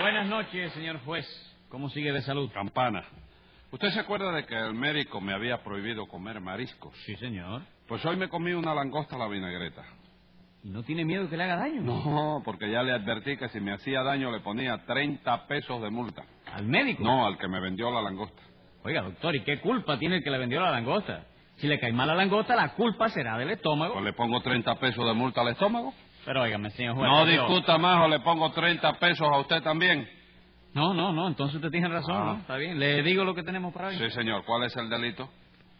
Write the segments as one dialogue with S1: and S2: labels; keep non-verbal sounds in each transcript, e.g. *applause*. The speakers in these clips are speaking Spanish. S1: Buenas noches, señor juez. ¿Cómo sigue de salud?
S2: Campana. ¿Usted se acuerda de que el médico me había prohibido comer mariscos?
S1: Sí, señor.
S2: Pues hoy me comí una langosta a la vinagreta.
S1: ¿Y no tiene miedo que le haga daño?
S2: No, porque ya le advertí que si me hacía daño le ponía 30 pesos de multa.
S1: ¿Al médico?
S2: No, al que me vendió la langosta.
S1: Oiga, doctor, ¿y qué culpa tiene el que le vendió la langosta? Si le cae mal la langosta, la culpa será del estómago.
S2: Pues le pongo 30 pesos de multa al estómago.
S1: Pero óigame, señor juez.
S2: No
S1: por Dios.
S2: discuta más o le pongo 30 pesos a usted también.
S1: No, no, no, entonces usted tiene razón,
S2: Ah.
S1: ¿no? Está bien, le digo lo que tenemos para hoy.
S2: Sí, señor. ¿Cuál es el delito?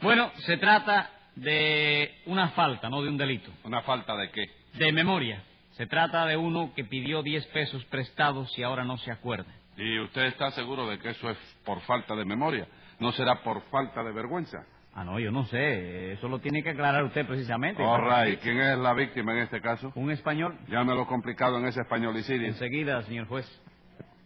S1: Bueno, se trata de una falta, no de un delito.
S2: ¿Una falta de qué?
S1: De memoria. Se trata de uno que pidió 10 pesos prestados y ahora no se acuerda.
S2: ¿Y usted está seguro de que eso es por falta de memoria? ¿No será por falta de vergüenza?
S1: Ah, no, yo no sé. Eso lo tiene que aclarar usted precisamente.
S2: All right. ¿Quién es la víctima en este caso?
S1: Un español.
S2: Llámelo complicado en ese españolicidio.
S1: Enseguida, señor juez.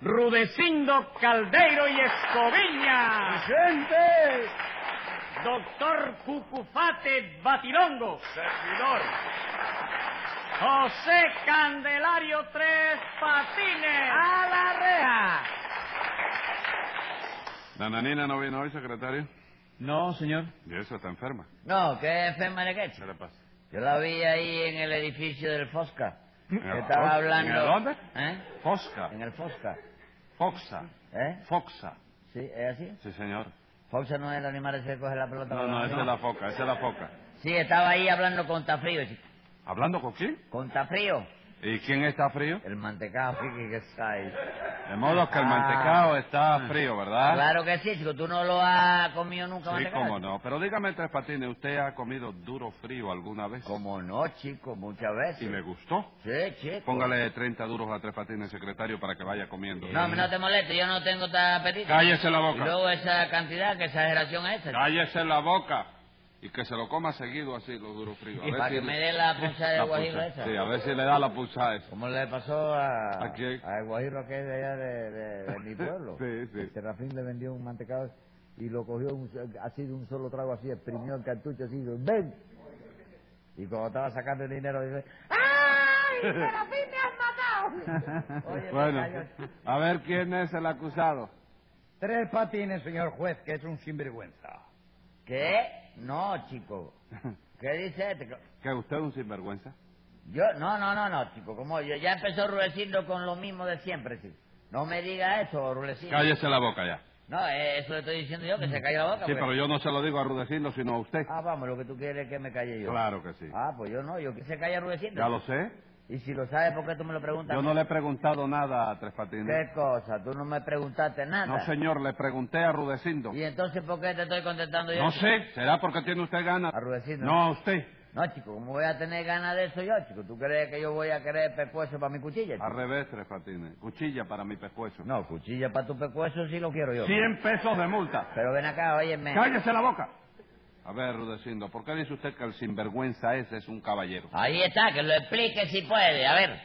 S1: Rudecindo Caldeiro y Escoviña. ¡Presente! Doctor Cucufate Batilongo. Servidor. José Candelario Tres Patines. ¡A la reja!
S2: ¿Nananina no vino hoy, secretario?
S1: No, señor.
S2: Y eso está enferma.
S3: No, que enferma de qué?
S2: ¿Qué le pasa?
S3: Yo la vi ahí en el edificio del Fosca.
S2: ¿En el
S3: Estaba
S2: Fosca?
S3: hablando...
S2: ¿En el dónde?
S3: ¿Eh?
S2: Fosca.
S3: En el Fosca.
S2: Foxa.
S3: ¿Eh?
S2: Foxa.
S3: ¿Sí? ¿Es así?
S2: Sí, señor.
S3: Fosca no es el animal ese que coge la pelota.
S2: No,
S3: con
S2: no,
S3: la
S2: esa es
S3: mano.
S2: la foca, esa es la foca.
S3: Sí, estaba ahí hablando con Tafrío, chico.
S2: ¿Hablando con quién?
S3: Con Tafrío.
S2: ¿Y quién está frío?
S3: El mantecado, chico, que está ahí.
S2: De modo que el
S3: Ah.
S2: mantecado está frío, ¿verdad?
S3: Claro que sí, chico. ¿Tú no lo has comido nunca,
S2: Sí,
S3: mantecado?
S2: cómo no. Pero dígame, Tres Patines, ¿usted ha comido duro frío alguna vez?
S3: Cómo no, chico, muchas
S2: ¿Y
S3: veces.
S2: le gustó?
S3: Sí, chico.
S2: Póngale 30 duros a Tres Patines, secretario, para que vaya comiendo.
S3: No, no te molestes, yo no tengo tan apetito.
S2: ¡Cállese la
S3: Y
S2: boca!
S3: luego esa cantidad, qué exageración es esa. chico.
S2: ¡Cállese la boca! Y que se lo coma seguido así, los duros fríos. A ver
S3: Para
S2: si
S3: que
S2: le-
S3: me dé la punzada de
S2: la
S3: guajiro
S2: pulsa.
S3: esa.
S2: Sí, a ver si le da la pulsa esa.
S3: ¿Cómo le pasó a,
S2: ¿A quién?
S3: al guajiro aquel de allá de, de- de
S2: *laughs*
S3: mi pueblo?
S2: Sí, sí.
S3: El Serrafín le vendió un mantecado y lo cogió un so- así de un solo trago, así, exprimió el cartucho, así, dijo, ¡ven! Y cuando estaba sacando el dinero,
S2: *laughs*
S3: dice,
S4: ¡Ay, Serafín, me has matado!
S3: oye,
S2: Bueno,
S3: tocayo,
S2: a ver quién es el acusado.
S5: Tres patines, señor juez, que es un sinvergüenza.
S3: ¿qué? No,
S2: *laughs*
S3: chico. ¿Qué dice este?
S2: ¿Que usted es un sinvergüenza?
S3: Yo, no, no, no, no, chico, como yo, ya empezó Rudecindo con lo mismo de siempre, chico. No me diga eso, Rudecindo.
S2: Cállese la boca ya.
S3: No, eh, eso le estoy diciendo yo, que se calle la boca.
S2: Sí,
S3: porque-
S2: pero yo no se lo digo a Rudecindo, sino a usted.
S3: Ah, vamos, lo que tú quieres es que me calle yo.
S2: Claro que sí.
S3: Ah, pues yo no, yo que se calle Rudecindo.
S2: Ya lo sé.
S3: Y si lo sabes, ¿por qué tú me lo preguntas?
S2: Yo no le he preguntado nada a Tres Patines.
S3: ¿Qué cosa? Tú no me preguntaste nada.
S2: No, señor, le pregunté a Rudecindo.
S3: ¿Y entonces por qué te estoy contestando yo?
S2: No sé, ¿será porque tiene usted ganas?
S3: A Rudecindo.
S2: No, a usted.
S3: No, chico, ¿cómo voy a tener ganas de eso yo, chico? ¿Tú crees que yo voy a querer pescuezo para mi cuchilla? chico?
S2: Al revés, Tres Patines. Cuchilla para mi pescuezo.
S3: No, cuchilla para tu pescuezo sí lo quiero yo.
S2: 100 pesos de multa.
S3: Pero ven acá, óyeme.
S2: Cállese la boca. A ver, Rudecindo, ¿por qué dice usted que el sinvergüenza ese es un caballero?
S3: Ahí está, que lo explique si puede. A ver.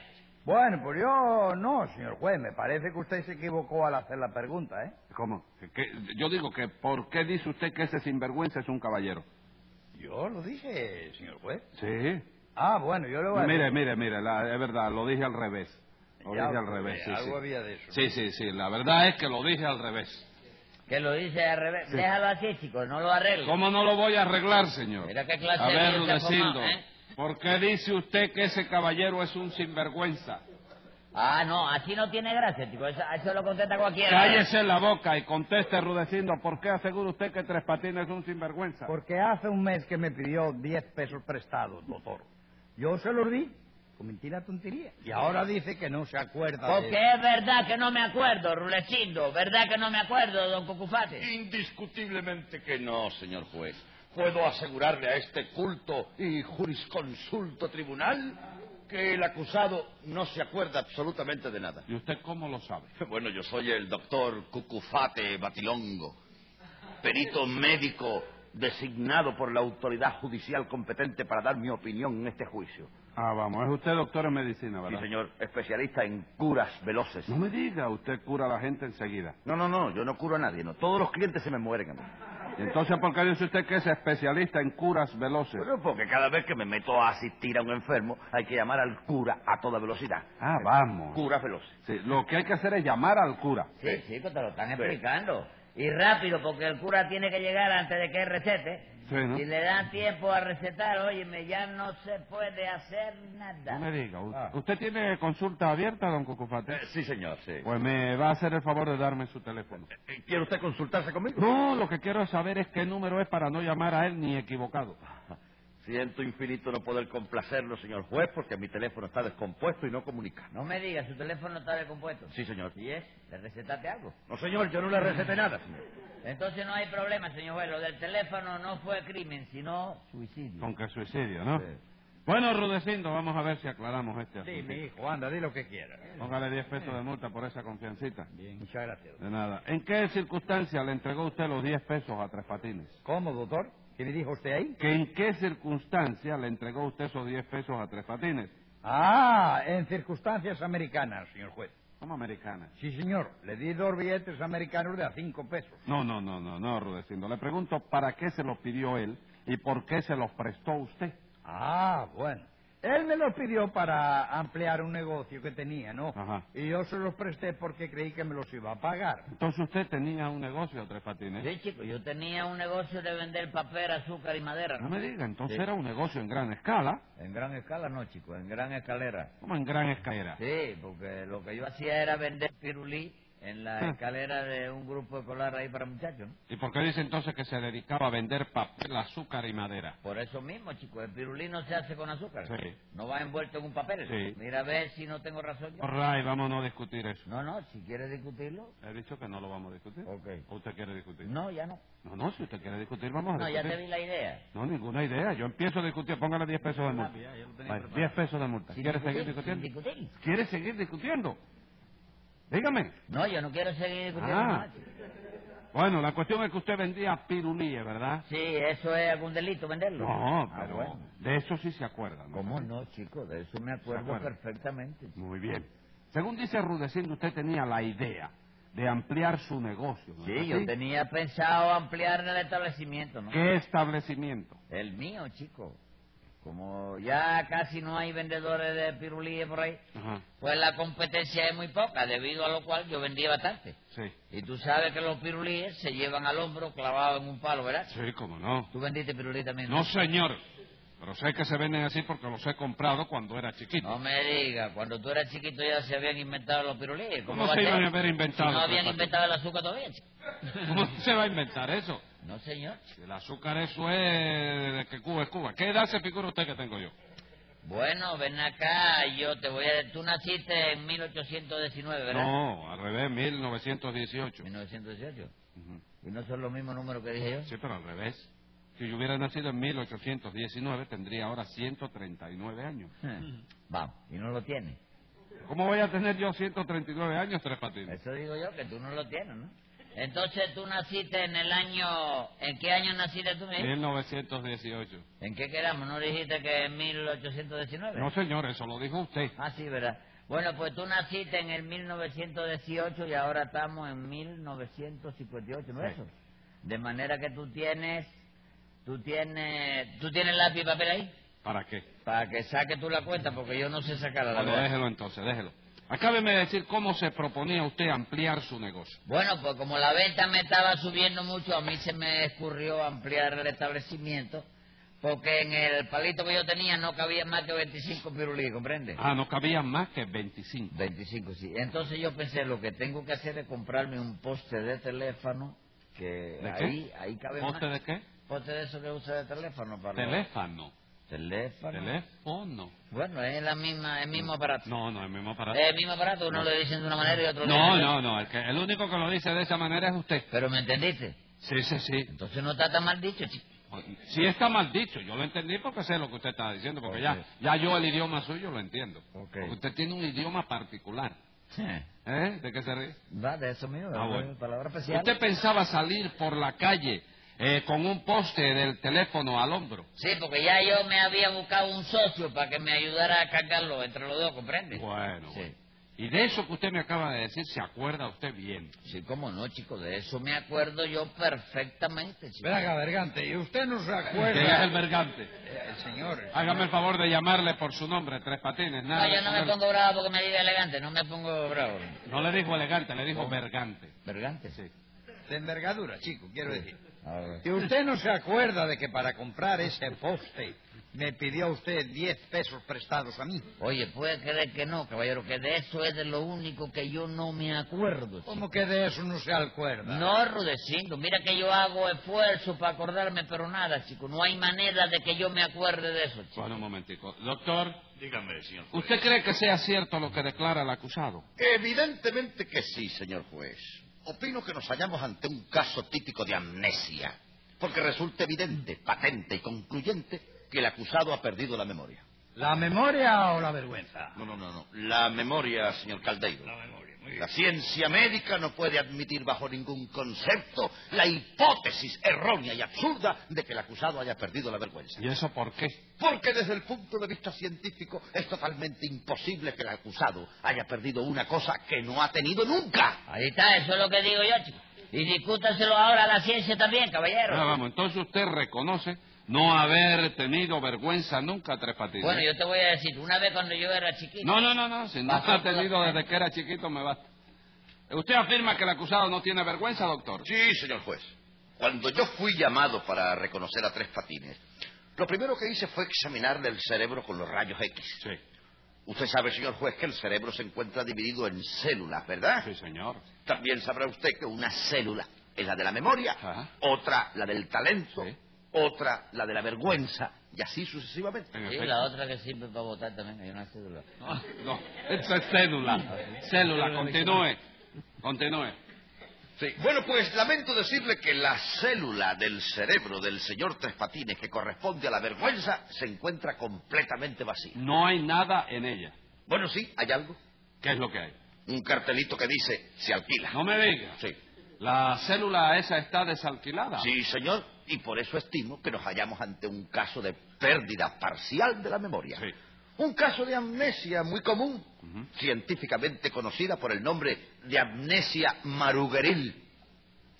S5: Bueno, pues yo no, señor juez. Me parece que usted se equivocó al hacer la pregunta, ¿eh?
S2: ¿Cómo? ¿Qué- Yo digo que ¿por qué dice usted que ese sinvergüenza es un caballero?
S5: Yo lo dije, señor juez.
S2: Sí.
S5: Ah, bueno, yo lo voy a...
S2: Mire, mire, mire, la- es verdad, lo dije al revés. Lo
S5: Ya,
S2: dije al
S5: pues,
S2: revés, sí,
S5: algo
S2: sí.
S5: había de eso.
S2: Sí, sí, sí, la verdad es que lo dije al revés.
S3: Que lo dice al revés. Déjalo así, chico, no lo arreglo.
S2: ¿Cómo no lo voy a arreglar, señor?
S3: Mira qué clase
S2: a
S3: de
S2: ver,
S3: lío se ha
S2: Rudecindo,
S3: formado, ¿eh?
S2: ¿por qué dice usted que ese caballero es un sinvergüenza?
S3: Ah, no, así no tiene gracia, chico. Eso, eso lo contesta cualquiera.
S2: Cállese la boca y conteste, Rudecindo, ¿por qué asegura usted que Tres Patines es un sinvergüenza?
S5: Porque hace un mes que me pidió 10 pesos prestados, doctor. Yo se los di, con mentira tontería. Y ahora dice que no se acuerda de...
S3: Porque es verdad que no me acuerdo, Rulecindo. ¿Verdad que no me acuerdo, don Cucufate?
S6: Indiscutiblemente que no, señor juez. Puedo asegurarle a este culto y jurisconsulto tribunal que el acusado no se acuerda absolutamente de nada.
S2: ¿Y usted cómo lo sabe?
S6: *laughs* Bueno, yo soy el doctor Cucufate Batilongo, perito médico designado por la autoridad judicial competente para dar mi opinión en este juicio.
S2: Ah, vamos, es usted doctor en medicina,
S6: Sí,
S2: ¿verdad?
S6: señor, especialista en curas veloces.
S2: No me diga, usted cura a la gente enseguida.
S6: No, no, no, yo no curo a nadie, no. Todos los clientes se me mueren a mí.
S2: ¿Y entonces por qué dice usted que es especialista en curas veloces?
S6: Bueno, porque cada vez que me meto a asistir a un enfermo, hay que llamar al cura a toda velocidad.
S2: Ah, vamos.
S6: Curas veloces.
S2: Sí, lo que hay que hacer es llamar al cura.
S7: Sí, chico, te lo están explicando. Y rápido, porque el cura tiene que llegar antes de que recete.
S2: Sí, ¿no?
S7: Si le dan tiempo a recetar, óyeme, ya no se puede hacer
S2: No me
S7: nada.
S2: diga, u- ¿usted tiene consulta abierta, don Cucufate?
S6: Ah. Eh, sí, señor, sí.
S2: Pues me va a hacer el favor de darme su teléfono.
S6: Eh, ¿Quiere usted consultarse conmigo?
S2: No, lo que quiero saber es qué número es para no llamar a él ni equivocado.
S6: Ah, Siento infinito no poder complacerlo, señor juez, porque mi teléfono está descompuesto y no comunica.
S7: No me digas, su teléfono está descompuesto.
S6: Sí, señor.
S7: ¿Y es? ¿Le recetaste algo?
S6: No, señor, yo no le receté nada, señor.
S7: Entonces no hay problema, señor juez. Lo del teléfono no fue crimen, sino suicidio.
S2: Con que suicidio,
S7: Ah.
S2: ¿no? Bueno, Rudecindo, vamos a ver si aclaramos este asunto.
S5: Sí, mi hijo, anda, di lo que quieras.
S2: Póngale 10 pesos de multa por esa confiancita.
S5: Muchas gracias.
S2: De nada. ¿En qué circunstancia le entregó usted los 10 pesos a Tres Patines?
S5: ¿Cómo, doctor? ¿Qué me dijo usted ahí?
S2: ¿Que ¿En qué circunstancia le entregó usted esos 10 pesos a Tres Patines?
S5: Ah, en circunstancias americanas, señor juez.
S2: Como americana.
S5: Sí, señor. Le di dos billetes americanos de a cinco pesos.
S2: No, no, no, no, no, Rudecindo. Le pregunto para qué se los pidió él y por qué se los prestó usted.
S5: Ah, bueno. Él me los pidió para ampliar un negocio que tenía, ¿no?
S2: Ajá.
S5: Y yo se los presté porque creí que me los iba a pagar.
S2: Entonces usted tenía un negocio, Tres Patines.
S7: Sí, chico, yo tenía un negocio de vender papel, azúcar y madera.
S2: No me diga, entonces
S7: Sí.
S2: era un negocio en gran escala,
S7: En gran escala no, chico, en gran escalera.
S2: como en gran escalera.
S7: Sí, porque lo que yo hacía era vender pirulí en
S2: Ah.
S7: la escalera de un grupo escolar ahí para muchachos. ¿no?
S2: ¿Y por qué dice entonces que se dedicaba a vender papel, azúcar y madera?
S7: Por eso mismo, chico, el pirulí no se hace con azúcar.
S2: Sí.
S7: No va envuelto en un papel.
S2: Sí.
S7: Mira a ver si no tengo razón yo.
S2: Ray, vamos a no discutir eso.
S7: No, no, si quieres discutirlo.
S2: He dicho que no lo vamos a discutir.
S7: Ok.
S2: ¿O usted quiere discutir?
S7: No, ya no.
S2: No, no, si usted quiere discutir, vamos a
S7: No, ya
S2: discutir.
S7: te di la idea.
S2: No, ninguna idea. Yo empiezo a discutir. Póngale 10 pesos de multa. Vale, 10 pesos de multa.
S7: Sin
S2: ¿Quiere
S7: discutir,
S2: seguir discutiendo?
S7: sin discutir.
S2: ¿Quiere seguir discutiendo? Dígame.
S7: No, yo no quiero seguir discutiendo.
S2: Ah.
S7: más, chico.
S2: Bueno, la cuestión es que usted vendía pirulíes, ¿verdad?
S7: Sí, eso es algún delito venderlo.
S2: No,
S7: Ah,
S2: pero
S7: bueno.
S2: de eso sí se acuerda. ¿no?
S7: ¿Cómo no, chico? De eso me acuerdo
S2: acuerda?
S7: perfectamente. chico.
S2: Muy bien. Según dice Rudecindo, usted tenía la idea de ampliar su negocio. ¿no es
S7: Sí,
S2: así?
S7: yo tenía pensado ampliar el establecimiento, ¿no?
S2: ¿Qué establecimiento?
S7: El mío, chico. Como ya casi no hay vendedores de pirulíes por ahí,
S2: Ajá,
S7: pues la competencia es muy poca, debido a lo cual yo vendía bastante.
S2: sí.
S7: Y tú sabes que los pirulíes se llevan al hombro clavado en un palo, ¿verdad?
S2: Sí, cómo no.
S7: Tú vendiste pirulí también.
S2: No, señor. Pero sé que se venden así porque los he comprado cuando era chiquito. *laughs*
S7: No me digas, cuando tú eras chiquito ya se habían inventado los pirulíes.
S2: ¿Cómo
S7: va
S2: se
S7: ser?
S2: iban a haber inventado, pues,
S7: Si no habían
S2: Tres Patines?
S7: inventado el azúcar todavía, chico.
S2: ¿Cómo se va a inventar eso?
S7: No, señor.
S2: El azúcar eso es de que Cuba es Cuba. ¿Qué edad se figura usted que tengo yo?
S7: Bueno, ven acá, yo te voy a... Tú naciste en 1819, ¿verdad?
S2: No, al revés, 1918.
S7: 1918.
S2: Ujú.
S7: ¿Y no son los mismos números que dije yo?
S2: Sí, pero al revés. Si yo hubiera nacido en 1819, tendría ahora 139 años.
S7: Eh, Vamos, y no lo tienes.
S2: ¿Cómo voy a tener yo 139 años, Tres Patines?
S7: Eso digo yo, que tú no lo tienes, ¿no? Entonces tú naciste en el año... ¿En qué año naciste tú, mi hijo?
S2: 1918.
S7: ¿En qué quedamos? ¿No dijiste que en 1819?
S2: No, señor, eso lo dijo usted.
S7: Ah, sí, ¿verdad? Bueno, pues tú naciste en el 1918 y ahora estamos en 1958, ¿no es
S2: Sí.
S7: eso? De manera que tú tienes... Tú tienes... ¿Tú tienes lápiz y papel ahí?
S2: ¿Para qué?
S7: Para que saque tú la cuenta, porque yo no sé sacarla, la
S2: Bueno,
S7: verdad.
S2: déjelo entonces, déjelo. Acábeme de decir cómo se proponía usted ampliar su negocio.
S7: Bueno, pues como la venta me estaba subiendo mucho, a mí se me escurrió ampliar el establecimiento, porque en el palito que yo tenía no cabía más que 25 pirulí, ¿comprende?
S2: Ah, no cabían más que 25.
S7: 25, sí. Entonces yo pensé, lo que tengo que hacer es comprarme un poste de teléfono, que
S2: ¿De qué?
S7: ahí, ahí cabe
S2: ¿Poste
S7: más.
S2: de qué?
S7: Poste de eso que usa de teléfono para... los-
S2: Teléfono.
S7: Teléfono.
S2: Teléfono.
S7: Bueno, es la misma, el mismo aparato.
S2: No, no, el mismo aparato.
S7: Es el mismo aparato, uno
S2: No.
S7: lo dicen de una manera y otro lo
S2: Eh, No,
S7: dice de otra.
S2: no, no. El, que- el único que lo dice de esa manera es usted.
S7: Pero me entendiste.
S2: Sí, sí, sí. *laughs*
S7: Entonces no está tan mal dicho, chico.
S2: Si Pues, está mal dicho, yo lo entendí porque sé lo que usted está diciendo, porque ya, ya yo el idioma suyo lo entiendo.
S3: Ok.
S2: Porque usted tiene un idioma particular. ¿Eh? ¿De qué se ríe?
S3: Va, de eso mío,
S2: Ah,
S3: de
S2: bueno.
S3: palabra especial.
S2: Usted pensaba salir por la calle eh, con un poste del teléfono al hombro.
S7: Sí, porque ya yo me había buscado un socio para que me ayudara a cargarlo entre los dos, ¿comprende?
S2: Bueno,
S7: Sí.
S2: bueno. Y de eso que usted me acaba de decir, ¿se acuerda usted bien?
S7: Sí, cómo no, chico, de eso me acuerdo yo perfectamente, chico.
S5: Ven acá, Bergante, ¿y usted no se
S3: Pues,
S2: Que es el
S5: acuerda?
S2: mercante.
S5: Eh, señor,
S2: Hágame el favor de llamarle por su nombre, Tres Patines. Nada
S7: No, yo
S2: de
S7: no me
S2: poner-
S7: pongo bravo porque me diga elegante, no me pongo bravo.
S2: No le dijo elegante, le dijo mergante.
S7: ¿Vergante?
S2: Sí.
S5: de envergadura, chico, quiero decir.
S3: A ver.
S5: ¿Y usted no se acuerda de que para comprar ese poste me pidió usted 10 pesos prestados a mí?
S7: Oye, puede creer que no, caballero, que de eso es de lo único que yo no me acuerdo. chico.
S5: ¿Cómo que de eso no se acuerda?
S7: No, Rudecindo, mira que yo hago esfuerzo para acordarme, pero nada, chico, no hay manera de que yo me acuerde de eso, chico.
S2: Bueno, un momentico. Doctor,
S6: Dígame, señor juez.
S2: ¿usted cree que sea cierto lo que declara el acusado?
S6: Evidentemente que sí, señor juez. Opino que nos hallamos ante un caso típico de amnesia, porque resulta evidente, patente y concluyente que el acusado ha perdido la memoria.
S5: ¿La memoria o la vergüenza?
S6: No, no, no, no. La memoria, señor Caldeiro.
S5: La memoria, muy bien.
S6: La ciencia médica no puede admitir bajo ningún concepto la hipótesis errónea y absurda de que el acusado haya perdido la vergüenza.
S2: ¿Y eso por qué?
S6: Porque desde el punto de vista científico es totalmente imposible que el acusado haya perdido una cosa que no ha tenido nunca.
S7: Ahí está, eso es lo que digo yo, chico. Y discútaselo ahora a la ciencia también, caballero.
S2: Ahora Ah, vamos, entonces usted reconoce no haber tenido vergüenza nunca, Tres Patines.
S7: Bueno, yo te voy a decir, una vez cuando yo era chiquito...
S2: No, no, no, no, si no
S7: Bajó
S2: ha
S7: por la
S2: tenido
S7: calle.
S2: desde que era chiquito me basta. ¿Usted afirma que el acusado no tiene vergüenza, doctor?
S6: Sí, señor juez. Cuando yo fui llamado para reconocer a tres patines, lo primero que hice fue examinarle el cerebro con los rayos X.
S2: Sí,
S6: Usted sabe, señor juez, que el cerebro se encuentra dividido en células, ¿verdad?
S2: sí, señor.
S6: También sabrá usted que una célula es la de la memoria,
S2: Ajá.
S6: otra la del talento,
S2: Sí.
S6: otra la de la vergüenza, y así sucesivamente.
S2: En
S7: Sí,
S2: efecto.
S7: la otra que sirve para votar también, hay una cédula.
S2: Ah, *laughs* No, esa es célula. Célula, continúe. Continúe.
S6: Sí. Bueno, pues lamento decirle que la célula del cerebro del señor Tres Patines que corresponde a la vergüenza se encuentra completamente vacía.
S2: No hay nada en ella.
S6: Bueno, sí, hay algo.
S2: ¿Qué es lo que hay?
S6: Un cartelito que dice, se alquila.
S2: No me diga.
S6: Sí.
S2: La célula esa está desalquilada.
S6: Sí, señor, y por eso estimo que nos hallamos ante un caso de pérdida parcial de la memoria.
S2: Sí.
S6: Un caso de amnesia muy común,
S2: Ujú.
S6: científicamente conocida por el nombre de amnesia marugueril,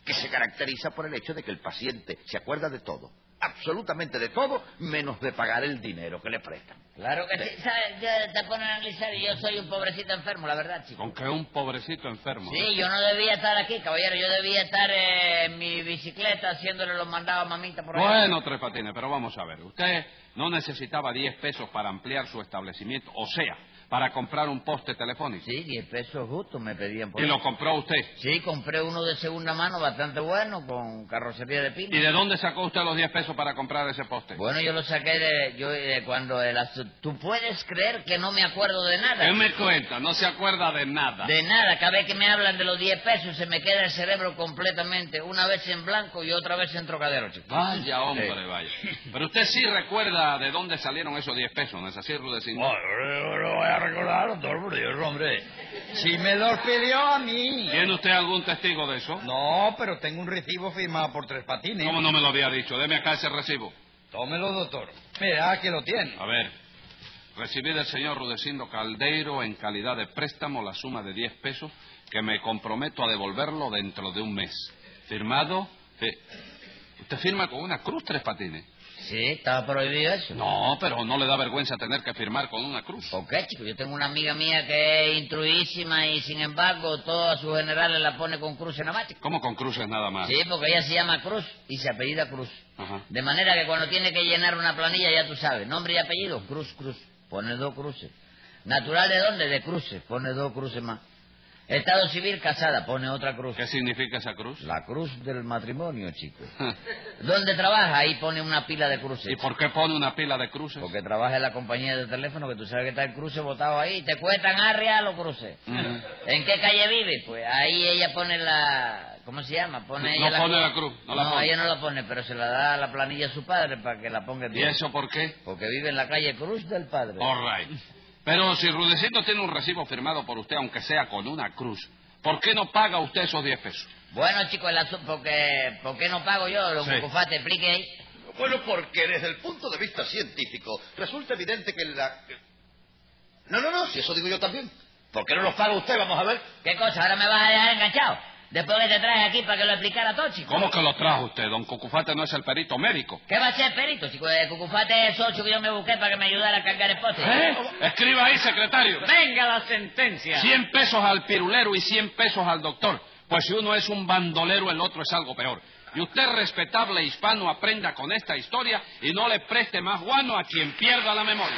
S6: que se caracteriza por el hecho de que el paciente se acuerda de todo, absolutamente de todo, menos de pagar el dinero que le prestan.
S7: Claro que sí, ¿sabes? Ya te ponen a analizar y yo soy un pobrecito enfermo, la verdad, chico.
S2: Con que un pobrecito enfermo.
S7: Sí, yo no debía estar aquí, caballero. Yo debía estar eh, en mi bicicleta haciéndole los mandados a mamita por ahí.
S2: Bueno, Tres Patines, pero vamos a ver. Usted no necesitaba 10 pesos para ampliar su establecimiento, o sea, para comprar un poste telefónico.
S7: Sí, 10 pesos justo me pedían por
S2: Y lo compró usted.
S7: Sí, compré uno de segunda mano bastante bueno, con carrocería de
S2: ¿Y
S7: pino.
S2: de dónde sacó usted los 10 pesos para comprar ese poste?
S7: Bueno, yo lo saqué de, yo, eh, de cuando el azu- Tú puedes creer que no me acuerdo de nada.
S2: ¿Qué me cuenta? No se acuerda de nada.
S7: De nada, cada vez que me hablan de los 10 pesos se me queda el cerebro completamente, una vez en blanco y otra vez en trocadero, chico.
S2: Vaya, hombre, vaya. Pero usted sí recuerda de dónde salieron esos 10 pesos, ¿no es así, Rudecindo?
S5: No lo voy a recordar, doctor, por Dios, hombre. Si me los pidió a mí.
S2: ¿Tiene usted algún testigo de eso?
S5: No, pero tengo un recibo firmado por tres patines.
S2: ¿Cómo no me lo había dicho? Deme acá ese recibo.
S5: Tómelo, doctor. Mira, aquí lo tiene.
S2: A ver. Recibí del señor Rudecindo Caldeiro en calidad de préstamo la suma de 10 pesos que me comprometo a devolverlo dentro de un mes. Firmado. eh, ¿Usted firma con una cruz tres patines?
S7: Sí, estaba prohibido eso.
S2: No, pero no le da vergüenza tener que firmar con una cruz.
S7: ¿Por qué, chico? Yo tengo una amiga mía que es instruidísima y sin embargo todos sus generales la pone con cruz en la macha.
S2: ¿Cómo con cruces nada más?
S7: Sí, porque ella se llama Cruz y se apellida Cruz.
S2: Ajá.
S7: De manera que cuando tiene que llenar una planilla, ya tú sabes, nombre y apellido, Cruz, Cruz, pone dos cruces. Natural de dónde? De cruces, pone dos cruces más. Estado civil casada, pone otra cruz.
S2: ¿Qué significa esa cruz?
S7: La cruz del matrimonio, chico. ¿Dónde trabaja? Ahí pone una pila de
S2: *laughs*
S7: cruces.
S2: ¿Y por qué pone una pila de cruces?
S7: Porque trabaja en la compañía de teléfono, que tú sabes que está el cruce botado ahí. Te cuestan arrea los cruces.
S2: Mm.
S7: ¿En qué calle vive? Pues ahí ella pone la... ¿Cómo se llama?
S2: No
S7: Pone ella la
S2: pone
S7: cruz.
S2: la cruz, no la pone.
S7: ella no la pone, pero se la da a la planilla a su padre para que la ponga en
S2: ¿Y
S7: pie.
S2: eso Oh. por qué?
S7: Porque vive en la calle Cruz del Padre.
S2: All right. Pero si Rudecindo tiene un recibo firmado por usted, aunque sea con una cruz, ¿por qué no paga usted esos 10 pesos?
S7: Bueno, chicos, el asunto, porque, ¿por qué no pago yo? Los
S2: Sí.
S7: bucofates, explique ahí.
S6: Bueno, porque desde el punto de vista científico resulta evidente que la... No, no, no, si eso digo yo también. ¿Por qué no los paga usted? Vamos a ver.
S7: ¿Qué cosa? ¿Ahora me vas a dejar enganchado? Después que te traes aquí para que lo explicara todo, chico.
S2: ¿Cómo que lo trajo usted? Don Cucufate no es el perito médico.
S7: ¿Qué va a ser, perito, chico? El cucufate es ocho que yo me busqué para que me ayudara a cargar el poste.
S2: ¿Eh? Escriba ahí, secretario.
S1: Venga la sentencia.
S2: 100 pesos al pirulero y 100 pesos al doctor. Pues si uno es un bandolero, el otro es algo peor. Y usted, respetable hispano, aprenda con esta historia y no le preste más guano a quien pierda la memoria.